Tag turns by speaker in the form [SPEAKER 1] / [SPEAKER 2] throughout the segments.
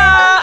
[SPEAKER 1] 啊！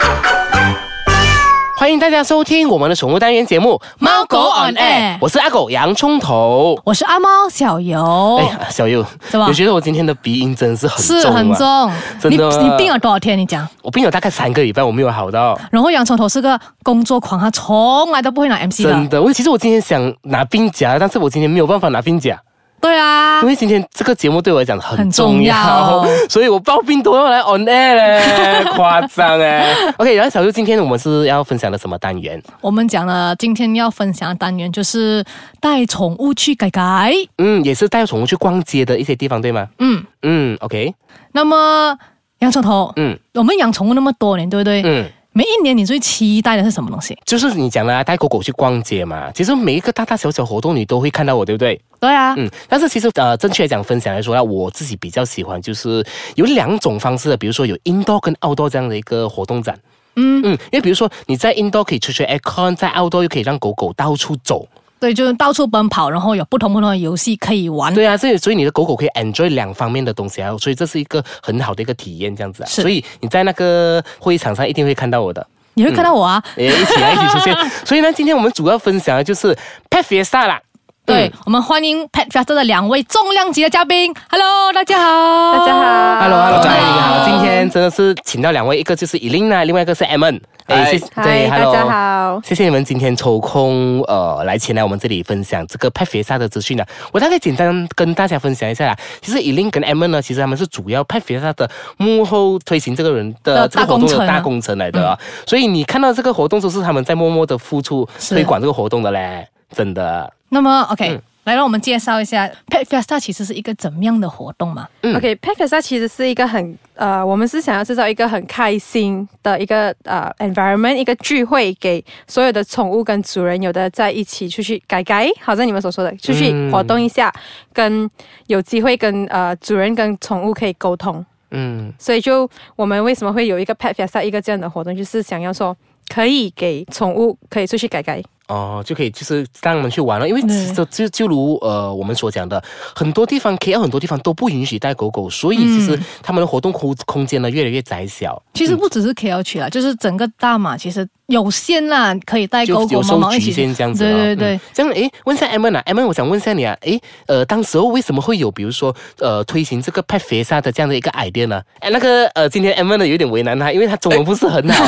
[SPEAKER 2] 欢迎大家收听我们的宠物单元节目《
[SPEAKER 3] 猫狗 on air
[SPEAKER 2] 我是阿狗洋葱头。
[SPEAKER 3] 我是阿猫小游
[SPEAKER 2] 哎，，呀，小优，
[SPEAKER 3] 怎么
[SPEAKER 2] 我觉得我今天的鼻音真的是很重、啊，
[SPEAKER 3] 是很重。
[SPEAKER 2] 真
[SPEAKER 3] 你
[SPEAKER 2] 的啊
[SPEAKER 3] 你病了多少天？你讲。
[SPEAKER 2] 我病了大概三个礼拜，我没有好到。
[SPEAKER 3] 然后洋葱头是个工作狂，他从来都不会拿 MC
[SPEAKER 2] 真
[SPEAKER 3] 的。
[SPEAKER 2] 的，我其实我今天想拿鬓夹，但是我今天没有办法拿鬓夹，
[SPEAKER 3] 对啊
[SPEAKER 2] 因，为今天这个节目对我来讲很
[SPEAKER 3] 很
[SPEAKER 2] 重
[SPEAKER 3] 重
[SPEAKER 2] 要，
[SPEAKER 3] 要
[SPEAKER 2] 所以我抱病都要来 on air 嘞，夸张哎。OK，然后小优，今天我们是要分享的什么单元？
[SPEAKER 3] 我们讲了今天要分享的单元就是带宠物去改改。
[SPEAKER 2] 嗯，也是带宠物去逛街的一些地方，对吗？
[SPEAKER 3] 嗯，
[SPEAKER 2] 嗯，OK，
[SPEAKER 3] 那么洋葱头，
[SPEAKER 2] 嗯
[SPEAKER 3] 我们养宠物那么多年，对不对？
[SPEAKER 2] 嗯。
[SPEAKER 3] 每一年你最期待的是什么东西？
[SPEAKER 2] 就是你讲的、啊、带狗狗去逛街嘛，其实每一个大大小小活动你都会看到我，对不对？
[SPEAKER 3] 对啊，
[SPEAKER 2] 嗯，但是其实呃，正确来讲，分享来说啊，我自己比较喜欢就是有两种方式的，比如说有 indoor 跟 outdoor 这样的一个活动展。嗯嗯，因为比如说你在 indoor 可以吹吹 aircon，在 outdoor 又可以让狗狗到处走。
[SPEAKER 3] 对，就是到处奔跑，然后有不同不同的游戏可以玩。
[SPEAKER 2] 对啊，所以所以你的狗狗可以 enjoy 两方面的东西啊，所以这是一个很好的一个体验，这样子啊。
[SPEAKER 3] 是
[SPEAKER 2] 所以你在那个会场上一定会看到我的。
[SPEAKER 3] 你会看到我啊，
[SPEAKER 2] 也一起来一起出 现。所以呢，今天我们主要分享的就是 Pet Fiesta 啦。
[SPEAKER 3] 对、
[SPEAKER 2] 嗯
[SPEAKER 3] 我们欢迎 Pet Fiesta 的两位重量级的嘉宾。Hello，大家好，
[SPEAKER 4] 大家好
[SPEAKER 2] Hello Hello，大
[SPEAKER 3] 大
[SPEAKER 2] 家
[SPEAKER 3] 家好
[SPEAKER 2] 好，今天真的是请到两位，一个就是 Elena，另外一个是 Emon。哎
[SPEAKER 1] 嗨
[SPEAKER 2] 谢谢
[SPEAKER 4] 嗨，大家。好。
[SPEAKER 2] 谢谢你们今天抽空呃来前来我们这里分享这个 Pet Fiesta 的资讯呢、我大概简单跟大家分享一下啦。其实 Elin 跟 Emma 呢，其实他们是主要 Pet Fiesta 的幕后推行这个人的
[SPEAKER 3] 的
[SPEAKER 2] 这个
[SPEAKER 4] 啊
[SPEAKER 2] 活动的大
[SPEAKER 3] 大
[SPEAKER 2] 工
[SPEAKER 3] 工
[SPEAKER 2] 程来的、
[SPEAKER 4] 嗯
[SPEAKER 2] 啊，所以你看到这个活动都是他们在默默的付出
[SPEAKER 3] 是
[SPEAKER 2] 推广这个活动的嘞，真的。
[SPEAKER 3] 那么
[SPEAKER 2] 嗯
[SPEAKER 3] OK，、来让我们介绍一下 Pet Fiesta 其实是一个怎么样的活动嘛？
[SPEAKER 2] 嗯
[SPEAKER 4] OK，p e f e s a 其实是一个很呃，我们是想要制造一个很开心的一个呃 environment，一个聚会，给所有的宠物跟主人有的在一起出去改改，好像你们所说的出去
[SPEAKER 2] 嗯
[SPEAKER 4] 活动一下，跟有机会跟呃主人跟宠物可以沟通。
[SPEAKER 2] 嗯，
[SPEAKER 4] 所以就我们为什么会有一个 Pet f e s a 一个这样的活动，就是想要说可以给宠物可以出去改改。
[SPEAKER 2] 哦，就可以就是让他们去玩了，因为
[SPEAKER 3] 对
[SPEAKER 2] 其实就就如呃我们所讲的，很多地方 KL 很多地方都不允许带狗狗，所以其实他们的活动空空间呢越来越窄小，
[SPEAKER 3] 嗯
[SPEAKER 2] 嗯
[SPEAKER 3] 其实不只是 KL 区啦，就是整个大马其实有限啦，可以带
[SPEAKER 2] 就
[SPEAKER 3] 狗狗、
[SPEAKER 2] 有
[SPEAKER 3] 猫
[SPEAKER 2] 受
[SPEAKER 3] 猫一
[SPEAKER 2] 局
[SPEAKER 3] 起。
[SPEAKER 2] 限这样子、哦。
[SPEAKER 3] 对对对
[SPEAKER 2] 嗯这样诶，问一下 Emma 啊，Emma，我想问一下你啊，诶，呃，当时候为什么会有比如说呃推行这个派肥沙的这样的一个 idea 呢？哎，那个呃，今天 Emma 呢有点为难他，因为他中文不是很 好，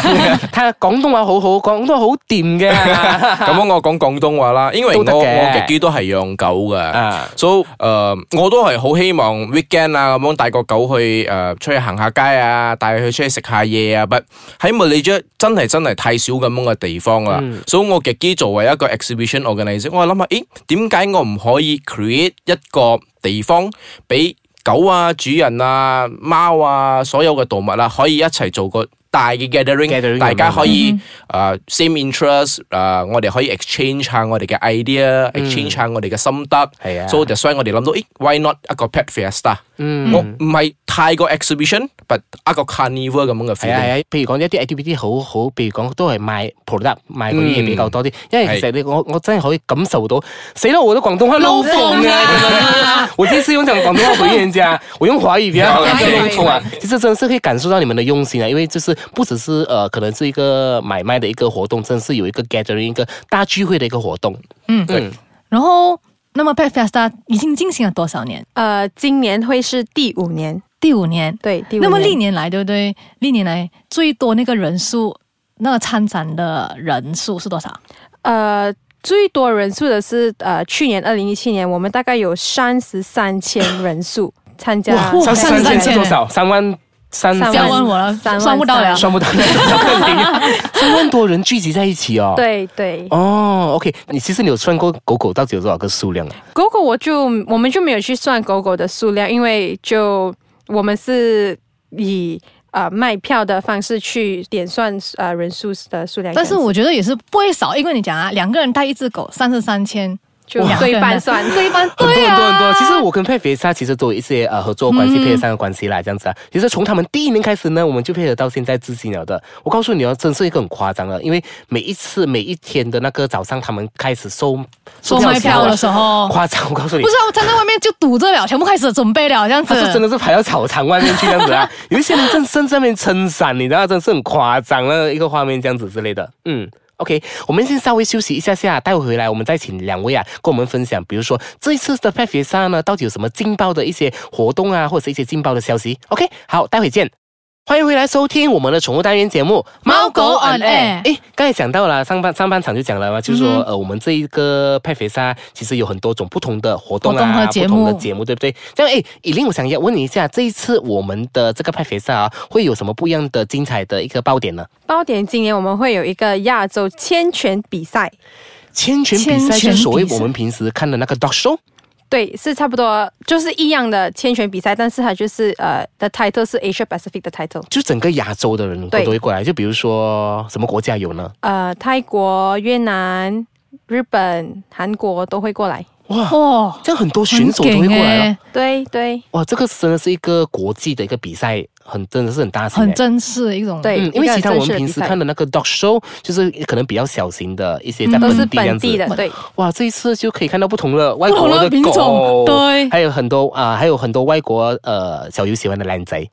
[SPEAKER 2] 他广东話好好，廣東話好掂 嘅。
[SPEAKER 1] 咁我講廣東話啦，因為
[SPEAKER 2] 都
[SPEAKER 1] 我
[SPEAKER 2] 得
[SPEAKER 1] 我
[SPEAKER 2] 嘅
[SPEAKER 1] 嘅基都係養狗嘅，
[SPEAKER 2] 啊，
[SPEAKER 1] 所以誒呃我都係好希望 weekend 啊咁樣帶個狗去誒出去行下街啊，帶佢出去食下嘢啊，不喺 Malaysia 真係真係太少咁樣嘅地方啦，所以我嘅基作為一個 exhibition organizer，我係諗下，啊咦點解我唔可以 create 一個地方俾狗啊、主人啊、貓啊，所有嘅動物啊，可以一齊做個大嘅
[SPEAKER 2] Gathering，
[SPEAKER 1] gathering，大家可以
[SPEAKER 3] 嗯
[SPEAKER 1] 誒 same interest，誒我哋可以 exchange 下我哋嘅 idea，exchange 下我哋嘅心得，
[SPEAKER 2] 係啊
[SPEAKER 1] 所以就所以我哋諗到，咦，why not 一個 pet fiesta？
[SPEAKER 2] 嗯
[SPEAKER 1] 我唔係太過 exhibition，but 一個 carnival 咁樣
[SPEAKER 2] 係
[SPEAKER 1] 嘅
[SPEAKER 2] 啊係
[SPEAKER 1] feeling。
[SPEAKER 2] 啊，譬如講一啲 activity 好好，譬如講都係賣 product 賣嗰啲嘢
[SPEAKER 1] 嗯
[SPEAKER 2] 比較多啲，因為
[SPEAKER 1] 係
[SPEAKER 2] 其實你我我真係可以感受到，死啦！我的廣東話漏風啊！ 我第一次用講廣東話回應人家，我用華語比較好，
[SPEAKER 1] 好
[SPEAKER 2] 不要
[SPEAKER 4] 好
[SPEAKER 2] 用錯啊。其實真是可以感受到你們的用心啊，因為就是不只是呃，可能是一個買賣的一個活動，真是有一個 gathering 一個大聚會的一個活動。
[SPEAKER 3] 嗯
[SPEAKER 2] 嗯，
[SPEAKER 3] 然后，那么 Pet Fiesta 已经进行了多少年？
[SPEAKER 4] 呃，今年会是第五年，
[SPEAKER 3] 第五年。
[SPEAKER 4] 对，第五
[SPEAKER 3] 那
[SPEAKER 4] 年。
[SPEAKER 3] 么历年来，对不对？历年来最多那个人数，那个参展的人数是多少？
[SPEAKER 4] 呃，最多人数的是呃，去年二零一七年，我们大概有三十三千人数参加
[SPEAKER 3] 哇
[SPEAKER 2] 三
[SPEAKER 3] 哇
[SPEAKER 2] 三
[SPEAKER 3] 三
[SPEAKER 2] 千是
[SPEAKER 3] 千
[SPEAKER 2] 多少？三萬三
[SPEAKER 4] 三
[SPEAKER 3] 不
[SPEAKER 4] 萬
[SPEAKER 3] 要问我了，
[SPEAKER 4] 三万
[SPEAKER 3] 算不到了。
[SPEAKER 2] 算不到，三萬多人聚集在一起哦。。
[SPEAKER 4] 对对，
[SPEAKER 2] 哦，OK，你其实你有算过狗狗到底有多少个数量啊？
[SPEAKER 4] 狗狗我就我们就没有去算狗狗的数量，因为就我们是以呃卖票的方式去点算呃人数的数量这样子。
[SPEAKER 3] 但是我觉得也是不会少，因为你讲啊，两个人带一只狗，三十三千，
[SPEAKER 4] 就
[SPEAKER 3] 哇
[SPEAKER 4] 对半算。
[SPEAKER 3] 对半
[SPEAKER 2] 很多
[SPEAKER 3] 对
[SPEAKER 2] 很
[SPEAKER 3] 啊，
[SPEAKER 2] 多很多，其实我跟佩菲莎其实都有一些呃合作关系、
[SPEAKER 3] 嗯
[SPEAKER 2] 配合上的关系啦，这样子啊。其实从他们第一年开始呢，我们就配合到现在至今了的。我告诉你哦，真是一个很夸张的，因为每一次每一天的那个早上，他们开始收
[SPEAKER 3] 收卖票的时候，
[SPEAKER 2] 夸张，我告诉你
[SPEAKER 3] 不，是啊，我站在外面就堵着了，全部开始准备了，这样子
[SPEAKER 2] 他。啊是真的是排到草场外面去这样子 啊，有一些人正甚至在那边撑伞，你知道，真是很夸张的一个画面这样子之类的，嗯。OK，我们先稍微休息一下下，待会回来我们再请两位啊跟我们分享，比如说这一次的 p e f 上呢，到底有什么劲爆的一些活动啊，或者是一些劲爆的消息？OK，好，待会见。欢迎回来收听我们的宠物单元节目《
[SPEAKER 3] 猫狗 on air
[SPEAKER 2] 诶，刚才讲到了上半上半场就讲了嘛，就是说、呃，我们这一个派肥沙其实有很多种不同的活动啊，
[SPEAKER 3] 活动和节目
[SPEAKER 2] 不同的节目，对不对？这样诶，以令我想要问你一下，这一次我们的这个派肥沙啊，会有什么不一样的精彩的一个爆点呢？
[SPEAKER 4] 包点今年我们会有一个亚洲铅拳比赛，
[SPEAKER 2] 牵拳比赛
[SPEAKER 3] 牵拳
[SPEAKER 2] 是所谓
[SPEAKER 3] 比赛
[SPEAKER 2] 我们平时看的那个 dog show，
[SPEAKER 4] 对，是差不多就是一样的铅拳比赛，但是它就是呃的 title 是 Asia Pacific 的 title，
[SPEAKER 2] 就整个亚洲的人都
[SPEAKER 4] 对
[SPEAKER 2] 都会过来，就比如说什么国家有呢？
[SPEAKER 4] 呃，泰国、越南、日本、韩国都会过来。
[SPEAKER 2] 哇，
[SPEAKER 3] 哦，
[SPEAKER 2] 这样很多选手都会过来了。
[SPEAKER 3] 了，
[SPEAKER 4] 对对
[SPEAKER 2] 哇，这个真的是一个国际的一个比赛，很真的是很大型欸，
[SPEAKER 3] 很正式一种。
[SPEAKER 4] 对
[SPEAKER 2] 嗯，因为
[SPEAKER 4] 一个
[SPEAKER 2] 其他我们
[SPEAKER 4] 正式的
[SPEAKER 2] 平
[SPEAKER 4] 比
[SPEAKER 2] 时
[SPEAKER 4] 赛
[SPEAKER 2] 看的那个 dog show，就是可能比较小型的一些，在
[SPEAKER 3] 嗯
[SPEAKER 4] 都
[SPEAKER 2] 本
[SPEAKER 4] 是
[SPEAKER 2] 地这样
[SPEAKER 4] 本
[SPEAKER 2] 子。
[SPEAKER 4] 地的，对，
[SPEAKER 2] 哇，这一次就可以看到不同的外
[SPEAKER 3] 不
[SPEAKER 2] 国
[SPEAKER 3] 同的
[SPEAKER 2] 的
[SPEAKER 3] 品种
[SPEAKER 2] 狗，
[SPEAKER 3] 对
[SPEAKER 2] 还有很多啊、还有很多外国呃小游喜欢的烂仔。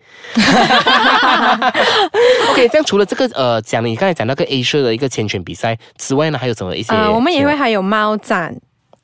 [SPEAKER 2] OK，这样除了这个呃讲你刚才讲那个 A 社的一个牵犬比赛之外呢，还有什么一些？
[SPEAKER 4] 呃，我们也会。还有猫展，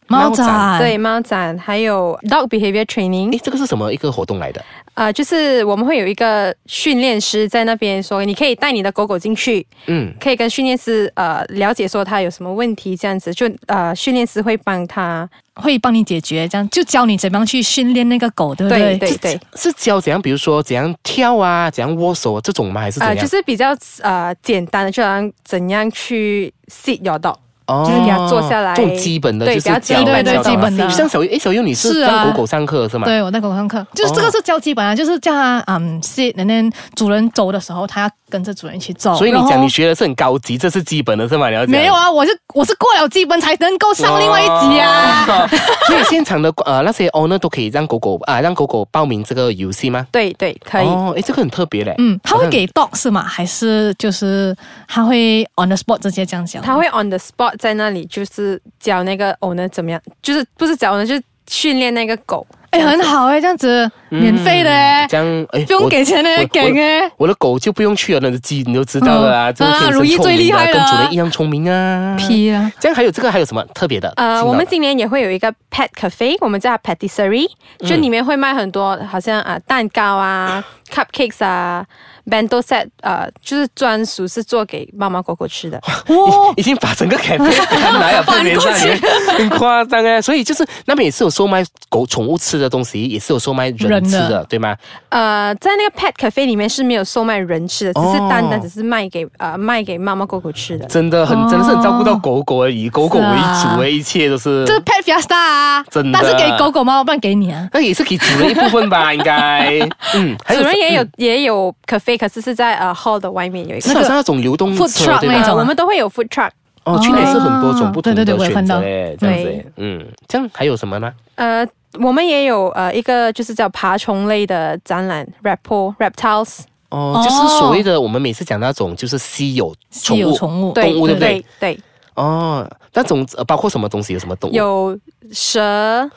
[SPEAKER 3] 猫仔
[SPEAKER 2] 猫展，
[SPEAKER 4] 对，猫展，还有 dog behavior training，
[SPEAKER 2] 诶，这个是什么一个活动来的？
[SPEAKER 4] 啊，就是我们会有一个训练师在那边说，你可以带你的狗狗进去，
[SPEAKER 2] 嗯，
[SPEAKER 4] 可以跟训练师呃了解说它有什么问题，这样子就呃训练师会帮他，
[SPEAKER 3] 会帮你解决，这样就教你怎么样去训练那个狗，对不
[SPEAKER 4] 对
[SPEAKER 3] 对？
[SPEAKER 4] 对对，
[SPEAKER 2] 是教怎样，比如说怎样跳啊，怎样握手啊这种吗？还是怎
[SPEAKER 4] 呃
[SPEAKER 2] 样？
[SPEAKER 4] 就是比较呃简单的，就好像怎样去 sit your dog，
[SPEAKER 2] 哦
[SPEAKER 4] 就是给它坐下来
[SPEAKER 2] 这种基本的
[SPEAKER 4] 对
[SPEAKER 2] 就是
[SPEAKER 4] 比较基
[SPEAKER 2] 教
[SPEAKER 3] 本的
[SPEAKER 2] 教导
[SPEAKER 3] 基本的
[SPEAKER 2] 就像小优，哎，小优你是
[SPEAKER 3] 是啊
[SPEAKER 2] 在狗狗上课是吗？
[SPEAKER 3] 对，我在狗上课，就是
[SPEAKER 2] 哦
[SPEAKER 3] 这个是教基本啊，就是叫它嗯 sit，然后主人走的时候，它要跟着主人一起走。
[SPEAKER 2] 所以你
[SPEAKER 3] 然
[SPEAKER 2] 讲
[SPEAKER 3] 后
[SPEAKER 2] 你学的是很高级，这是基本的是吗？你要讲
[SPEAKER 3] 没有。啊？我是我是过了基本才能够上另外一集啊。
[SPEAKER 2] 哦！所以现场的呃那些 owner 都可以让狗狗啊、让狗狗报名这个游戏吗？
[SPEAKER 4] 对对，可以。
[SPEAKER 2] 哦，哎，这个很特别嘞。
[SPEAKER 3] 嗯，他
[SPEAKER 2] 好
[SPEAKER 3] 会
[SPEAKER 2] 像
[SPEAKER 3] 给 dog 是吗？还是就是他会 on the spot 直接这样讲？
[SPEAKER 4] 他会 on the spot 在那里就是教那个 owner 怎么样，就是不是教 owner 就是训练那个狗。
[SPEAKER 3] 哎、很好哎、这样子免费的哎、
[SPEAKER 2] 嗯这样，哎，
[SPEAKER 3] 不用给钱的
[SPEAKER 2] 我
[SPEAKER 3] 给哎。
[SPEAKER 2] 我的狗就不用去了，那只鸡你都知道了啊，
[SPEAKER 3] 嗯
[SPEAKER 2] 这个天
[SPEAKER 3] 啊
[SPEAKER 2] 生
[SPEAKER 3] 如懿
[SPEAKER 2] 聪
[SPEAKER 3] 最
[SPEAKER 2] 明
[SPEAKER 3] 厉
[SPEAKER 2] 啊，
[SPEAKER 3] 害了
[SPEAKER 2] 跟主人一样聪明啊。
[SPEAKER 3] 屁啊！
[SPEAKER 2] 这样还有这个还有什么特别的？
[SPEAKER 4] 呃，
[SPEAKER 2] 劲爆
[SPEAKER 4] 我们
[SPEAKER 2] 的
[SPEAKER 4] 今年也会有一个 pet cafe，我们叫它 patisserie，就
[SPEAKER 2] 嗯
[SPEAKER 4] 里面会卖很多好像啊、呃蛋糕 啊、cupcakes 啊、bento set，呃，就是专属是做给猫猫狗狗吃的。
[SPEAKER 3] 哇，
[SPEAKER 2] 已经把整个改变拿了，
[SPEAKER 3] 反过去
[SPEAKER 2] 很夸张啊！所以就是那边也是有售卖狗宠物吃的东西，也是有售卖人
[SPEAKER 3] 人
[SPEAKER 2] 吃
[SPEAKER 3] 的
[SPEAKER 2] 的，对吗？
[SPEAKER 4] 呃，在那个 pet cafe 里面是没有售卖人吃的，只是
[SPEAKER 2] 哦
[SPEAKER 4] 单单只是卖给呃卖给猫猫狗狗吃的。
[SPEAKER 2] 真的很，
[SPEAKER 3] 哦
[SPEAKER 2] 真的是很照顾到狗狗而已，以狗狗为主
[SPEAKER 3] 是
[SPEAKER 2] 的
[SPEAKER 3] 啊
[SPEAKER 2] 一切都是。
[SPEAKER 3] 这是 pet fiesta 啊，
[SPEAKER 2] 真的
[SPEAKER 3] 但是给狗狗猫，不然给你啊。
[SPEAKER 2] 哎那也是给主人一部分吧，应 该。嗯，还
[SPEAKER 4] 主人也有、
[SPEAKER 2] 嗯
[SPEAKER 4] 也有 cafe，可是是在呃 hall 的外面有一个
[SPEAKER 2] 是。好像那种啊流动
[SPEAKER 3] food
[SPEAKER 2] 车
[SPEAKER 3] truck
[SPEAKER 2] 对
[SPEAKER 3] 那
[SPEAKER 2] 吧？
[SPEAKER 3] 种
[SPEAKER 4] 呃
[SPEAKER 3] 啊
[SPEAKER 4] 我们都会有 food truck，
[SPEAKER 2] 哦，去年是很多种不同的
[SPEAKER 3] 对对对我也
[SPEAKER 2] 选
[SPEAKER 3] 看
[SPEAKER 2] 择
[SPEAKER 3] 到
[SPEAKER 2] 嘞，这样子
[SPEAKER 4] 对
[SPEAKER 2] 诶。嗯，这样还有什么呢？
[SPEAKER 4] 呃，我们也有呃一个就是叫爬虫类的展览 r a p o reptiles，
[SPEAKER 2] 哦，就是所谓的我们每次讲那种就是稀有
[SPEAKER 3] 稀
[SPEAKER 2] 宠
[SPEAKER 3] 有
[SPEAKER 2] 物。
[SPEAKER 3] 宠物，
[SPEAKER 4] 对
[SPEAKER 2] 动物对不对
[SPEAKER 4] 对，
[SPEAKER 2] 哦，那种呃包括什么东西？有什么动物？
[SPEAKER 4] 有蛇、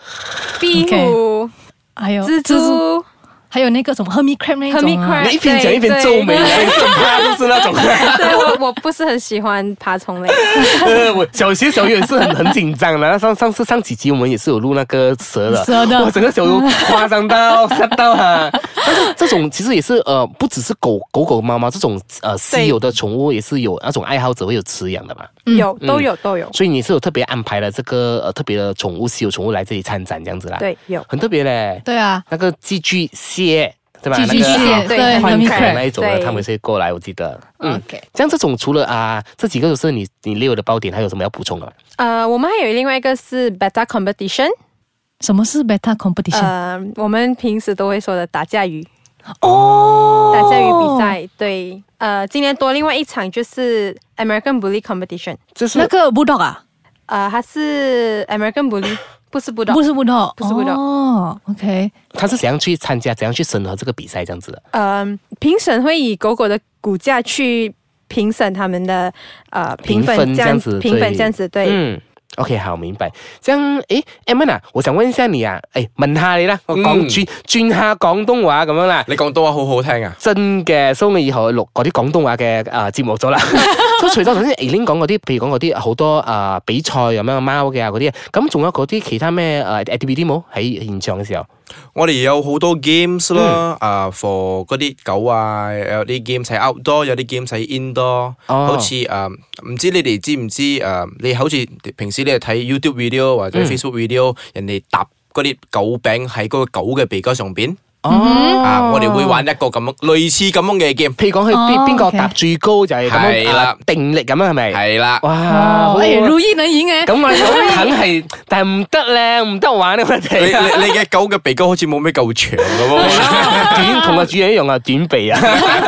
[SPEAKER 4] 壁
[SPEAKER 3] OK
[SPEAKER 4] 虎、
[SPEAKER 3] 还有
[SPEAKER 4] 蜘蛛、
[SPEAKER 3] 还有那个什么 hermit crab 那一种
[SPEAKER 4] hermit
[SPEAKER 3] 啊
[SPEAKER 4] crab。
[SPEAKER 2] 你一边讲一边皱眉，
[SPEAKER 4] 对对
[SPEAKER 2] 你整怕就是那种。
[SPEAKER 4] 对我我不是很喜欢爬虫类，
[SPEAKER 2] 呃，我小学小优也是很很紧张的。那上上次上几集我们也是有录那个蛇的，
[SPEAKER 3] 蛇的
[SPEAKER 2] 哇，整个小优夸张到吓到 哈。但是这种其实也是呃，不只是狗狗狗猫猫这种呃稀有的宠物，也是有那种爱好者会有饲养的嘛。
[SPEAKER 3] 嗯
[SPEAKER 4] 有都有都有，
[SPEAKER 2] 所以你是有特别安排了这个呃特别的宠物稀有宠物来这里参展这样子啦。，
[SPEAKER 4] 对有。
[SPEAKER 2] 很特别嘞。
[SPEAKER 3] 对啊，
[SPEAKER 2] 那个寄居蟹对吧？
[SPEAKER 3] 寄居蟹
[SPEAKER 2] 那个
[SPEAKER 3] 对
[SPEAKER 4] 对
[SPEAKER 2] 换
[SPEAKER 3] hermit
[SPEAKER 2] 壳
[SPEAKER 3] crab
[SPEAKER 2] 那一种的，
[SPEAKER 4] 对
[SPEAKER 2] 他们是过来，我记得。嗯
[SPEAKER 3] OK
[SPEAKER 2] 像这种除了啊、这几个都是你你列我的爆点，还有什么要补充的吗？
[SPEAKER 4] 呃，我们还有另外一个是 beta competition，
[SPEAKER 3] 什么是 beta competition？
[SPEAKER 4] 呃，我们平时都会说的打架鱼，
[SPEAKER 3] 哦
[SPEAKER 4] 打架鱼比，赛。对，呃，今年多另外一场就是 American Bully Competition，
[SPEAKER 2] 这是
[SPEAKER 3] 那个 bulldog 啊，
[SPEAKER 4] 呃，它是 American Bully，不是 Bulldog，
[SPEAKER 3] 不是 w 道，
[SPEAKER 4] 不是 Bulldog
[SPEAKER 3] 哦，OK，
[SPEAKER 2] 他是怎样去参加，怎样去审核这个比赛这样子的？
[SPEAKER 4] 嗯，评审会以狗狗的骨架去评审他们的呃评
[SPEAKER 2] 评分
[SPEAKER 4] 分，
[SPEAKER 2] 这样子
[SPEAKER 4] 评分
[SPEAKER 2] 对
[SPEAKER 4] 这样子对。
[SPEAKER 2] 嗯。OK，好，明白。这样，诶 e m a 啊，我想问一下你啊，诶，問下你啦，我
[SPEAKER 1] 嗯
[SPEAKER 2] 講轉轉下廣東話咁樣啦。
[SPEAKER 1] 你講多話好好聽啊！
[SPEAKER 2] 真嘅，所以我以後錄嗰啲廣東話嘅啊節目咗啦。所以除咗頭先 Eileen 講嗰啲，譬如講嗰啲好多啊、比賽咁樣貓嘅啊嗰啲，咁仲有嗰啲其他咩啊 activity 冇喺現場嘅時候？
[SPEAKER 1] 我哋有好多 games 啦，啊 for 嗰啲狗啊，有啲 games 係 outdoor，有啲 games 係 indoor。
[SPEAKER 2] 哦
[SPEAKER 1] 好似誒唔知你哋知唔知誒、呃你好似平時你係睇 YouTube video 或者
[SPEAKER 2] 嗯
[SPEAKER 1] Facebook video，、人哋搭嗰啲狗餅喺嗰個狗嘅鼻哥上邊、
[SPEAKER 2] 哦，
[SPEAKER 1] 啊，我哋會玩一個咁樣類似咁樣嘅 game，
[SPEAKER 2] 譬如講佢邊
[SPEAKER 3] 哦
[SPEAKER 2] 邊個
[SPEAKER 3] OK
[SPEAKER 2] 搭最高就係咁樣
[SPEAKER 1] 係啦
[SPEAKER 2] 啊定力咁樣係咪？
[SPEAKER 1] 係啦。
[SPEAKER 2] 哇，好啊
[SPEAKER 3] 哦，哎，如意能影诶，
[SPEAKER 2] 咁我哋肯係，但係唔得咧，唔得玩呢我
[SPEAKER 1] 你你
[SPEAKER 2] 哋。
[SPEAKER 1] 你嘅狗嘅鼻哥好似冇咩夠長咁 喎。
[SPEAKER 2] 短同個主人一樣啊，短鼻啊。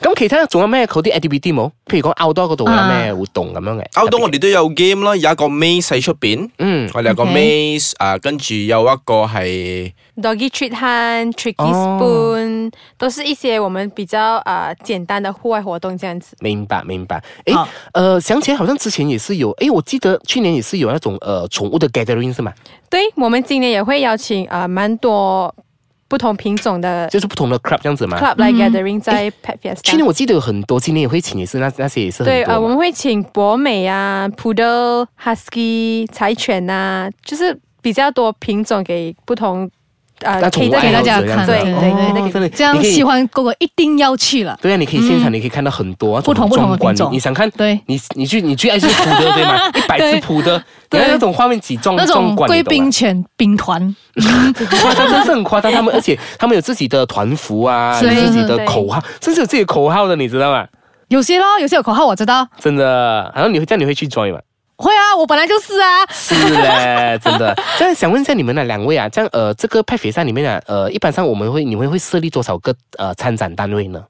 [SPEAKER 2] 咁其他仲有咩嗰啲 activity 冇？譬如講 outdoor 嗰度有咩
[SPEAKER 3] 啊
[SPEAKER 2] 活動咁樣嘅
[SPEAKER 1] outdoor 我哋都有 game 啦，有一個 maze 喺出邊，
[SPEAKER 2] 嗯
[SPEAKER 1] 我哋有個
[SPEAKER 3] OK
[SPEAKER 1] maze 啊，跟住有一個係。
[SPEAKER 4] Doggy treat hand, tricky
[SPEAKER 2] 哦
[SPEAKER 4] spoon，、都是一些我们比较啊、呃简单的户外活动这样子。
[SPEAKER 2] 明白明白，诶
[SPEAKER 3] 好，
[SPEAKER 2] 呃，想起来好像之前也是有，诶，我记得去年也是有那种呃宠物的 gathering 是吗？
[SPEAKER 4] 对我们今年也会邀请啊、呃蛮多不同品种的
[SPEAKER 2] 就是不同的 club 这样子嘛。
[SPEAKER 4] club 来
[SPEAKER 3] 嗯
[SPEAKER 4] gathering 在 Pet
[SPEAKER 2] 去年
[SPEAKER 4] Fiesta。
[SPEAKER 2] 我记得有很多，今年也会请，也是那那些也是很
[SPEAKER 4] 对，
[SPEAKER 2] 多嘛。
[SPEAKER 3] 啊
[SPEAKER 4] 呃，我们会请博美啊、poodle、husky、柴犬呐、就是比较多品种给不同呃
[SPEAKER 2] 那宠物
[SPEAKER 4] cater
[SPEAKER 2] 爱
[SPEAKER 4] 给
[SPEAKER 3] 给
[SPEAKER 2] 好者
[SPEAKER 3] 大
[SPEAKER 4] 大
[SPEAKER 3] 家
[SPEAKER 4] 家
[SPEAKER 2] 这样
[SPEAKER 3] 看，
[SPEAKER 2] 子
[SPEAKER 4] 对
[SPEAKER 3] 对
[SPEAKER 4] 对对
[SPEAKER 2] 哦
[SPEAKER 4] 那个
[SPEAKER 2] 真 的
[SPEAKER 3] 这样
[SPEAKER 2] 你可以
[SPEAKER 3] 喜欢狗狗一定要去了，
[SPEAKER 2] 对啊，你可以现场，你可以看到很多啊
[SPEAKER 3] 不同
[SPEAKER 2] 这种
[SPEAKER 3] 不同
[SPEAKER 2] 壮
[SPEAKER 3] 的
[SPEAKER 2] 观
[SPEAKER 3] 品种
[SPEAKER 2] 你想看？
[SPEAKER 3] 对。
[SPEAKER 2] 你你去你去爱吃普的对吗？一百只
[SPEAKER 3] 对
[SPEAKER 2] 普的，你
[SPEAKER 3] 对
[SPEAKER 2] 看那种画面几壮
[SPEAKER 3] 那
[SPEAKER 2] 壮
[SPEAKER 3] 种
[SPEAKER 2] 观，你
[SPEAKER 3] 贵
[SPEAKER 2] 懂吗
[SPEAKER 3] 宾犬兵团，
[SPEAKER 2] 夸张，真是很夸张。他们 而且他们有自己的团服啊，有
[SPEAKER 3] 是
[SPEAKER 2] 自己的
[SPEAKER 4] 对
[SPEAKER 2] 口号，甚至有自己的口号的，你知道吗？
[SPEAKER 3] 有些咯，有些有口号我知道。
[SPEAKER 2] 真的，然后你会这样你会去 join 吗？
[SPEAKER 3] 会啊，我本来就是啊。
[SPEAKER 2] 是嘞， 真的。这样想问一下你们呢两位啊，这样呃，这个派肥赛里面呢、呃，一般上我们会你们会设立多少个呃参展单位呢？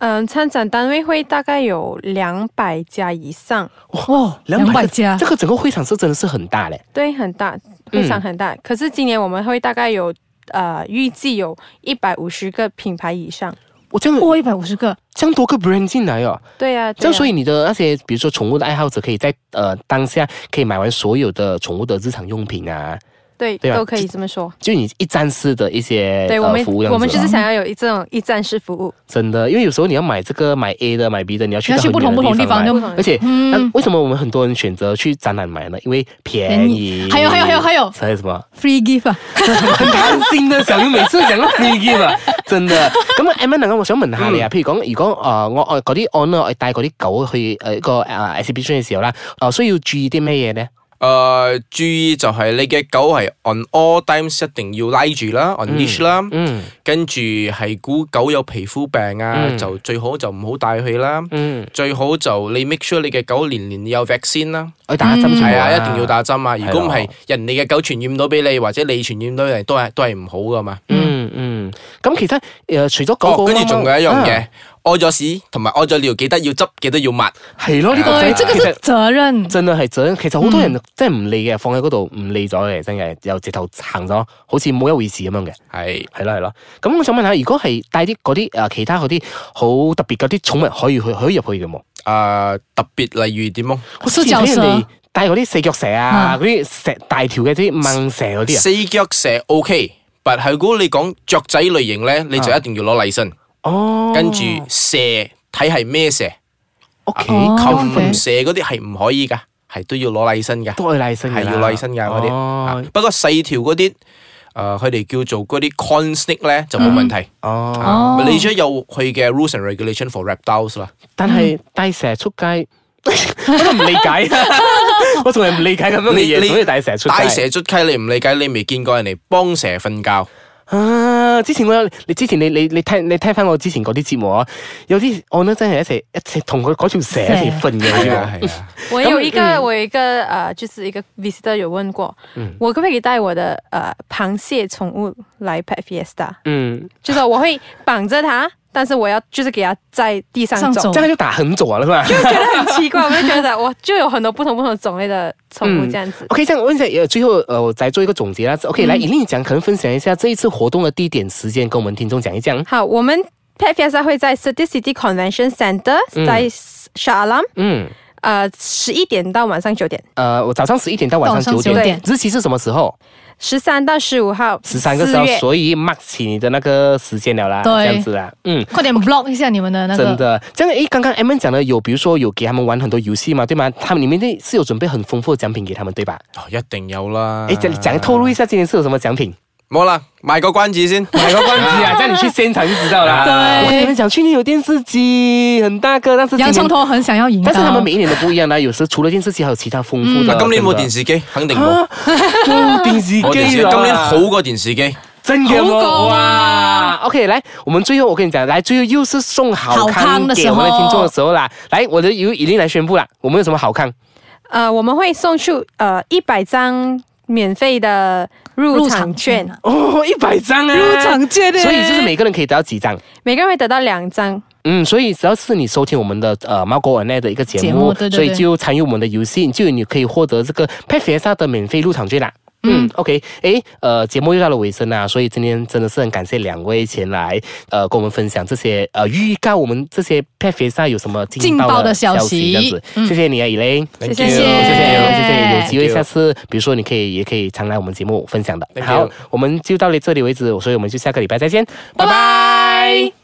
[SPEAKER 4] 嗯，参展单位会大概有两百家以上，
[SPEAKER 3] 哇，两百家
[SPEAKER 2] 哦这，个整个会场是真的是很大嘞。
[SPEAKER 4] 对，很大，非常很
[SPEAKER 2] 嗯
[SPEAKER 4] 大。可是今年我们会大概有呃，预计有一百五十个品牌以上。
[SPEAKER 2] 我这样
[SPEAKER 3] 哇，一百五十个，
[SPEAKER 2] 这样多个 brand 进来哦，
[SPEAKER 4] 对呀、啊，
[SPEAKER 2] 这样所
[SPEAKER 4] 以
[SPEAKER 2] 以你的那些比如说宠物的爱好者，可以在呃当下可以买完所有的宠物的日常用品啊，
[SPEAKER 4] 对
[SPEAKER 2] 对啊
[SPEAKER 4] 都可以这么说。
[SPEAKER 2] 就你一站式的一些
[SPEAKER 4] 对我
[SPEAKER 2] 呃
[SPEAKER 4] 们，
[SPEAKER 2] 服务这样子
[SPEAKER 4] 我们
[SPEAKER 2] 咯
[SPEAKER 4] 就是想要有一这种一站式服务。
[SPEAKER 2] 真的，因为有时候你要买这个买 A 的买 B 的，你要去
[SPEAKER 3] 要
[SPEAKER 2] 到
[SPEAKER 3] 去
[SPEAKER 2] 很
[SPEAKER 3] 不同
[SPEAKER 2] 远
[SPEAKER 3] 不同
[SPEAKER 2] 地
[SPEAKER 3] 地方
[SPEAKER 2] 买
[SPEAKER 3] 就
[SPEAKER 4] 不同
[SPEAKER 2] 而且、
[SPEAKER 3] 嗯
[SPEAKER 2] 那为什么我们很多人选择去展览买呢？因为便
[SPEAKER 3] 便
[SPEAKER 2] 宜。
[SPEAKER 3] 宜还有还有还有还有
[SPEAKER 2] 还有什么？
[SPEAKER 3] free gift 啊，
[SPEAKER 2] 很贪心的，小英每次講到 free gift 啊， 真的。咁啊，M N 啊，我想問下
[SPEAKER 1] 嗯
[SPEAKER 2] 你啊，譬如講，如果誒我我嗰啲 o n 我帶嗰啲狗去誒一個誒呃 exhibition 嘅時候啦，誒需要注意啲咩嘢咧？
[SPEAKER 1] 誒、注意就係你嘅狗係 on all times 一定要拉住啦，on leash 啦，
[SPEAKER 2] 嗯
[SPEAKER 1] 跟住係估狗有皮膚病啊，
[SPEAKER 2] 嗯
[SPEAKER 1] 就最好就唔好帶去啦。
[SPEAKER 2] 嗯，
[SPEAKER 1] 最好就你 make sure 你嘅狗年年有 vaccine 啦，
[SPEAKER 2] 我打針先
[SPEAKER 1] 係
[SPEAKER 2] 好
[SPEAKER 1] 啊，一定要。打針啊！如果唔
[SPEAKER 2] 係
[SPEAKER 1] 係
[SPEAKER 2] 咯，
[SPEAKER 1] 人哋嘅狗傳染到俾你，或者你傳染到人，都係都係唔好噶嘛。
[SPEAKER 2] 嗯嗯，咁其他誒除咗
[SPEAKER 1] 哦
[SPEAKER 2] 狗，
[SPEAKER 1] 跟住仲有一樣，
[SPEAKER 2] 啊
[SPEAKER 1] 嘢，屙咗屎同埋屙咗尿，記得要執，記得要抹。
[SPEAKER 2] 係咯，呢個
[SPEAKER 1] 啊哎
[SPEAKER 3] 对，
[SPEAKER 2] 真係
[SPEAKER 3] 这个
[SPEAKER 2] 其實
[SPEAKER 3] 是责任。
[SPEAKER 2] 真係係真，其實好多
[SPEAKER 1] 嗯
[SPEAKER 2] 人真係唔理嘅，放喺嗰度唔理咗嘅，真係又直頭行咗，好似冇一回事咁樣嘅，
[SPEAKER 1] 係
[SPEAKER 2] 係啦係啦。咁我想問下，如果係帶啲嗰啲誒其他嗰啲好特別嗰啲寵物可以去可以入去嘅冇？
[SPEAKER 1] 誒、啊特別例如點麼？
[SPEAKER 2] 我之前睇人哋帶嗰啲四腳蛇啊，
[SPEAKER 3] 啊
[SPEAKER 2] 嗰啲蛇大條嘅啲掹蛇嗰啲啊，
[SPEAKER 1] 四腳蛇 OK，但係如果你講雀仔類型咧，你就
[SPEAKER 2] 啊
[SPEAKER 1] 一定要攞例身，
[SPEAKER 2] 哦，
[SPEAKER 1] 跟住蛇睇係咩蛇，
[SPEAKER 2] 屋企
[SPEAKER 3] 哦
[SPEAKER 1] 禽
[SPEAKER 3] OK
[SPEAKER 1] 蛇嗰啲係唔可以噶，係都要攞例身噶，
[SPEAKER 2] 都係賴身㗎
[SPEAKER 1] 係
[SPEAKER 2] 啦
[SPEAKER 1] 要攞例身噶嗰啲。啊
[SPEAKER 2] 哦
[SPEAKER 1] 不過細條嗰啲，誒佢哋叫做嗰啲 con snake 咧就冇問題。
[SPEAKER 2] 嗯哦，
[SPEAKER 1] 啊
[SPEAKER 3] 哦
[SPEAKER 1] Malaysia 有佢嘅 rules and regulation for reptiles 啦。
[SPEAKER 2] 但係帶蛇出街， 我都唔理解， 我仲係唔理解咁樣嘅嘢，所以帶蛇出街。
[SPEAKER 1] 帶蛇出街，你唔理解，你未見過人哋幫蛇瞓覺。
[SPEAKER 2] 啊！之前我有你之前你你你聽你聽翻我之前嗰啲節目啊，有啲我咧真係一齊一齊同佢嗰條蛇一齊瞓嘅，
[SPEAKER 1] 係
[SPEAKER 2] 係
[SPEAKER 1] 啊
[SPEAKER 2] 啊
[SPEAKER 1] 係啊，
[SPEAKER 4] 我有
[SPEAKER 2] 嗯
[SPEAKER 4] 一个，我有一个呃，就是一个 visitor 有问过，我可不可以带我的呃螃蟹宠物来 Pet Fiesta？
[SPEAKER 2] 嗯，
[SPEAKER 4] 就是我会绑着它，但是我要就是给它在地上
[SPEAKER 3] 上
[SPEAKER 4] 走
[SPEAKER 3] 走，
[SPEAKER 2] 这样就打横走完了是吧？
[SPEAKER 4] 就觉得很 奇怪，我就 觉得我就有很多不同不同的种类的宠物
[SPEAKER 2] 嗯
[SPEAKER 4] 这样子。
[SPEAKER 2] OK，这样问一下，呃，最后呃，我再做一个总结啦。OK，、来，
[SPEAKER 3] 嗯
[SPEAKER 2] 以令讲，可能分享一下这一次活动的地点、时间，跟我们听众讲一讲。
[SPEAKER 4] 好，我们 Pet Fiesta 会在 City City Convention Center，
[SPEAKER 2] 嗯
[SPEAKER 4] 在 Shah Alam，
[SPEAKER 2] 嗯，
[SPEAKER 4] 呃，十一点到晚上九点，
[SPEAKER 2] 呃，我早上十一点到晚上九
[SPEAKER 3] 早上
[SPEAKER 2] 点，
[SPEAKER 3] 9点
[SPEAKER 2] 日期是什么时候？
[SPEAKER 4] 十三到十五号，
[SPEAKER 2] 十三个时哦
[SPEAKER 4] 四
[SPEAKER 2] 候，
[SPEAKER 4] 月
[SPEAKER 2] 所以 mark 起你的那个时间了啦，
[SPEAKER 3] 对
[SPEAKER 2] 这样子啦，嗯。
[SPEAKER 3] 快点 block 一下你们的那
[SPEAKER 2] 真
[SPEAKER 3] 个。
[SPEAKER 2] 的，这样诶，刚刚 M N 讲的有，比如说有给他们玩很多游戏嘛，对吗？他们里面那是有准备很丰富的奖品给他们，对吧？
[SPEAKER 1] 哦一定有啦。
[SPEAKER 2] 诶，讲讲透露一下今年是有什么奖品？
[SPEAKER 1] 冇啦，卖个关子先。
[SPEAKER 2] 买个关机啊，这样你去现场就知道啦。
[SPEAKER 3] 对
[SPEAKER 2] 我跟你们讲，去年有电视机很大个，但是今
[SPEAKER 3] 洋
[SPEAKER 2] 年
[SPEAKER 3] 葱头很想要赢到，
[SPEAKER 2] 但是他们每一年都不一样啦，有时除了电视机，还有其他丰富的。
[SPEAKER 1] 嗱今年冇電
[SPEAKER 2] 視，
[SPEAKER 1] 視機，肯定冇。
[SPEAKER 2] 冇電視
[SPEAKER 1] 冇電視
[SPEAKER 2] 機
[SPEAKER 1] 機
[SPEAKER 2] 啦。
[SPEAKER 1] 今年好過電視機。
[SPEAKER 2] 啊真嘅喎，
[SPEAKER 3] 好過
[SPEAKER 2] 哇！OK，來，我們最後我跟你講，來，最後又是送好
[SPEAKER 3] 好
[SPEAKER 2] 康
[SPEAKER 3] 康的
[SPEAKER 2] 給
[SPEAKER 3] 時
[SPEAKER 2] 我
[SPEAKER 3] 候
[SPEAKER 2] 們的聽眾的時候啦。來，我的由已經來宣布啦，我們有什麼好康？
[SPEAKER 4] 呃，我们会送出呃一百张免费的入场券，
[SPEAKER 3] 啊
[SPEAKER 2] 哦，一百张 啊！入
[SPEAKER 5] 场券
[SPEAKER 3] 欸
[SPEAKER 5] 耶
[SPEAKER 2] 所以就是每个人可以得到几张。
[SPEAKER 4] 每个人会得到两张。
[SPEAKER 2] 嗯，所以只要是你收听我们的呃猫狗 o 奈的一个节目，
[SPEAKER 3] 节目对对
[SPEAKER 2] 所以
[SPEAKER 3] 对
[SPEAKER 2] 就参与我们的游戏，就你可以获得这个 p e 萨的免费入场券啦。嗯，OK，诶，呃，节目又到了尾声啦，所以今天真的是很感谢两位前来，呃，跟我们分享这些，呃，预告我们这些 p e 萨有什么劲
[SPEAKER 3] 劲
[SPEAKER 2] 爆
[SPEAKER 3] 爆
[SPEAKER 2] 的
[SPEAKER 3] 的
[SPEAKER 2] 消
[SPEAKER 3] 消
[SPEAKER 2] 息，
[SPEAKER 3] 息
[SPEAKER 2] 这样子，
[SPEAKER 3] 嗯
[SPEAKER 2] 谢谢你啊，以琳，
[SPEAKER 1] Thank
[SPEAKER 4] 谢
[SPEAKER 1] you
[SPEAKER 3] 谢
[SPEAKER 2] 谢谢，谢谢，有机
[SPEAKER 1] Thank
[SPEAKER 2] 会
[SPEAKER 1] you
[SPEAKER 2] 下次，比如说你可以也可以常来我们节目分享的。
[SPEAKER 1] Thank
[SPEAKER 2] 好
[SPEAKER 1] you，
[SPEAKER 2] 我们就到这里为止，所以我们就下个礼拜再见，
[SPEAKER 3] 拜拜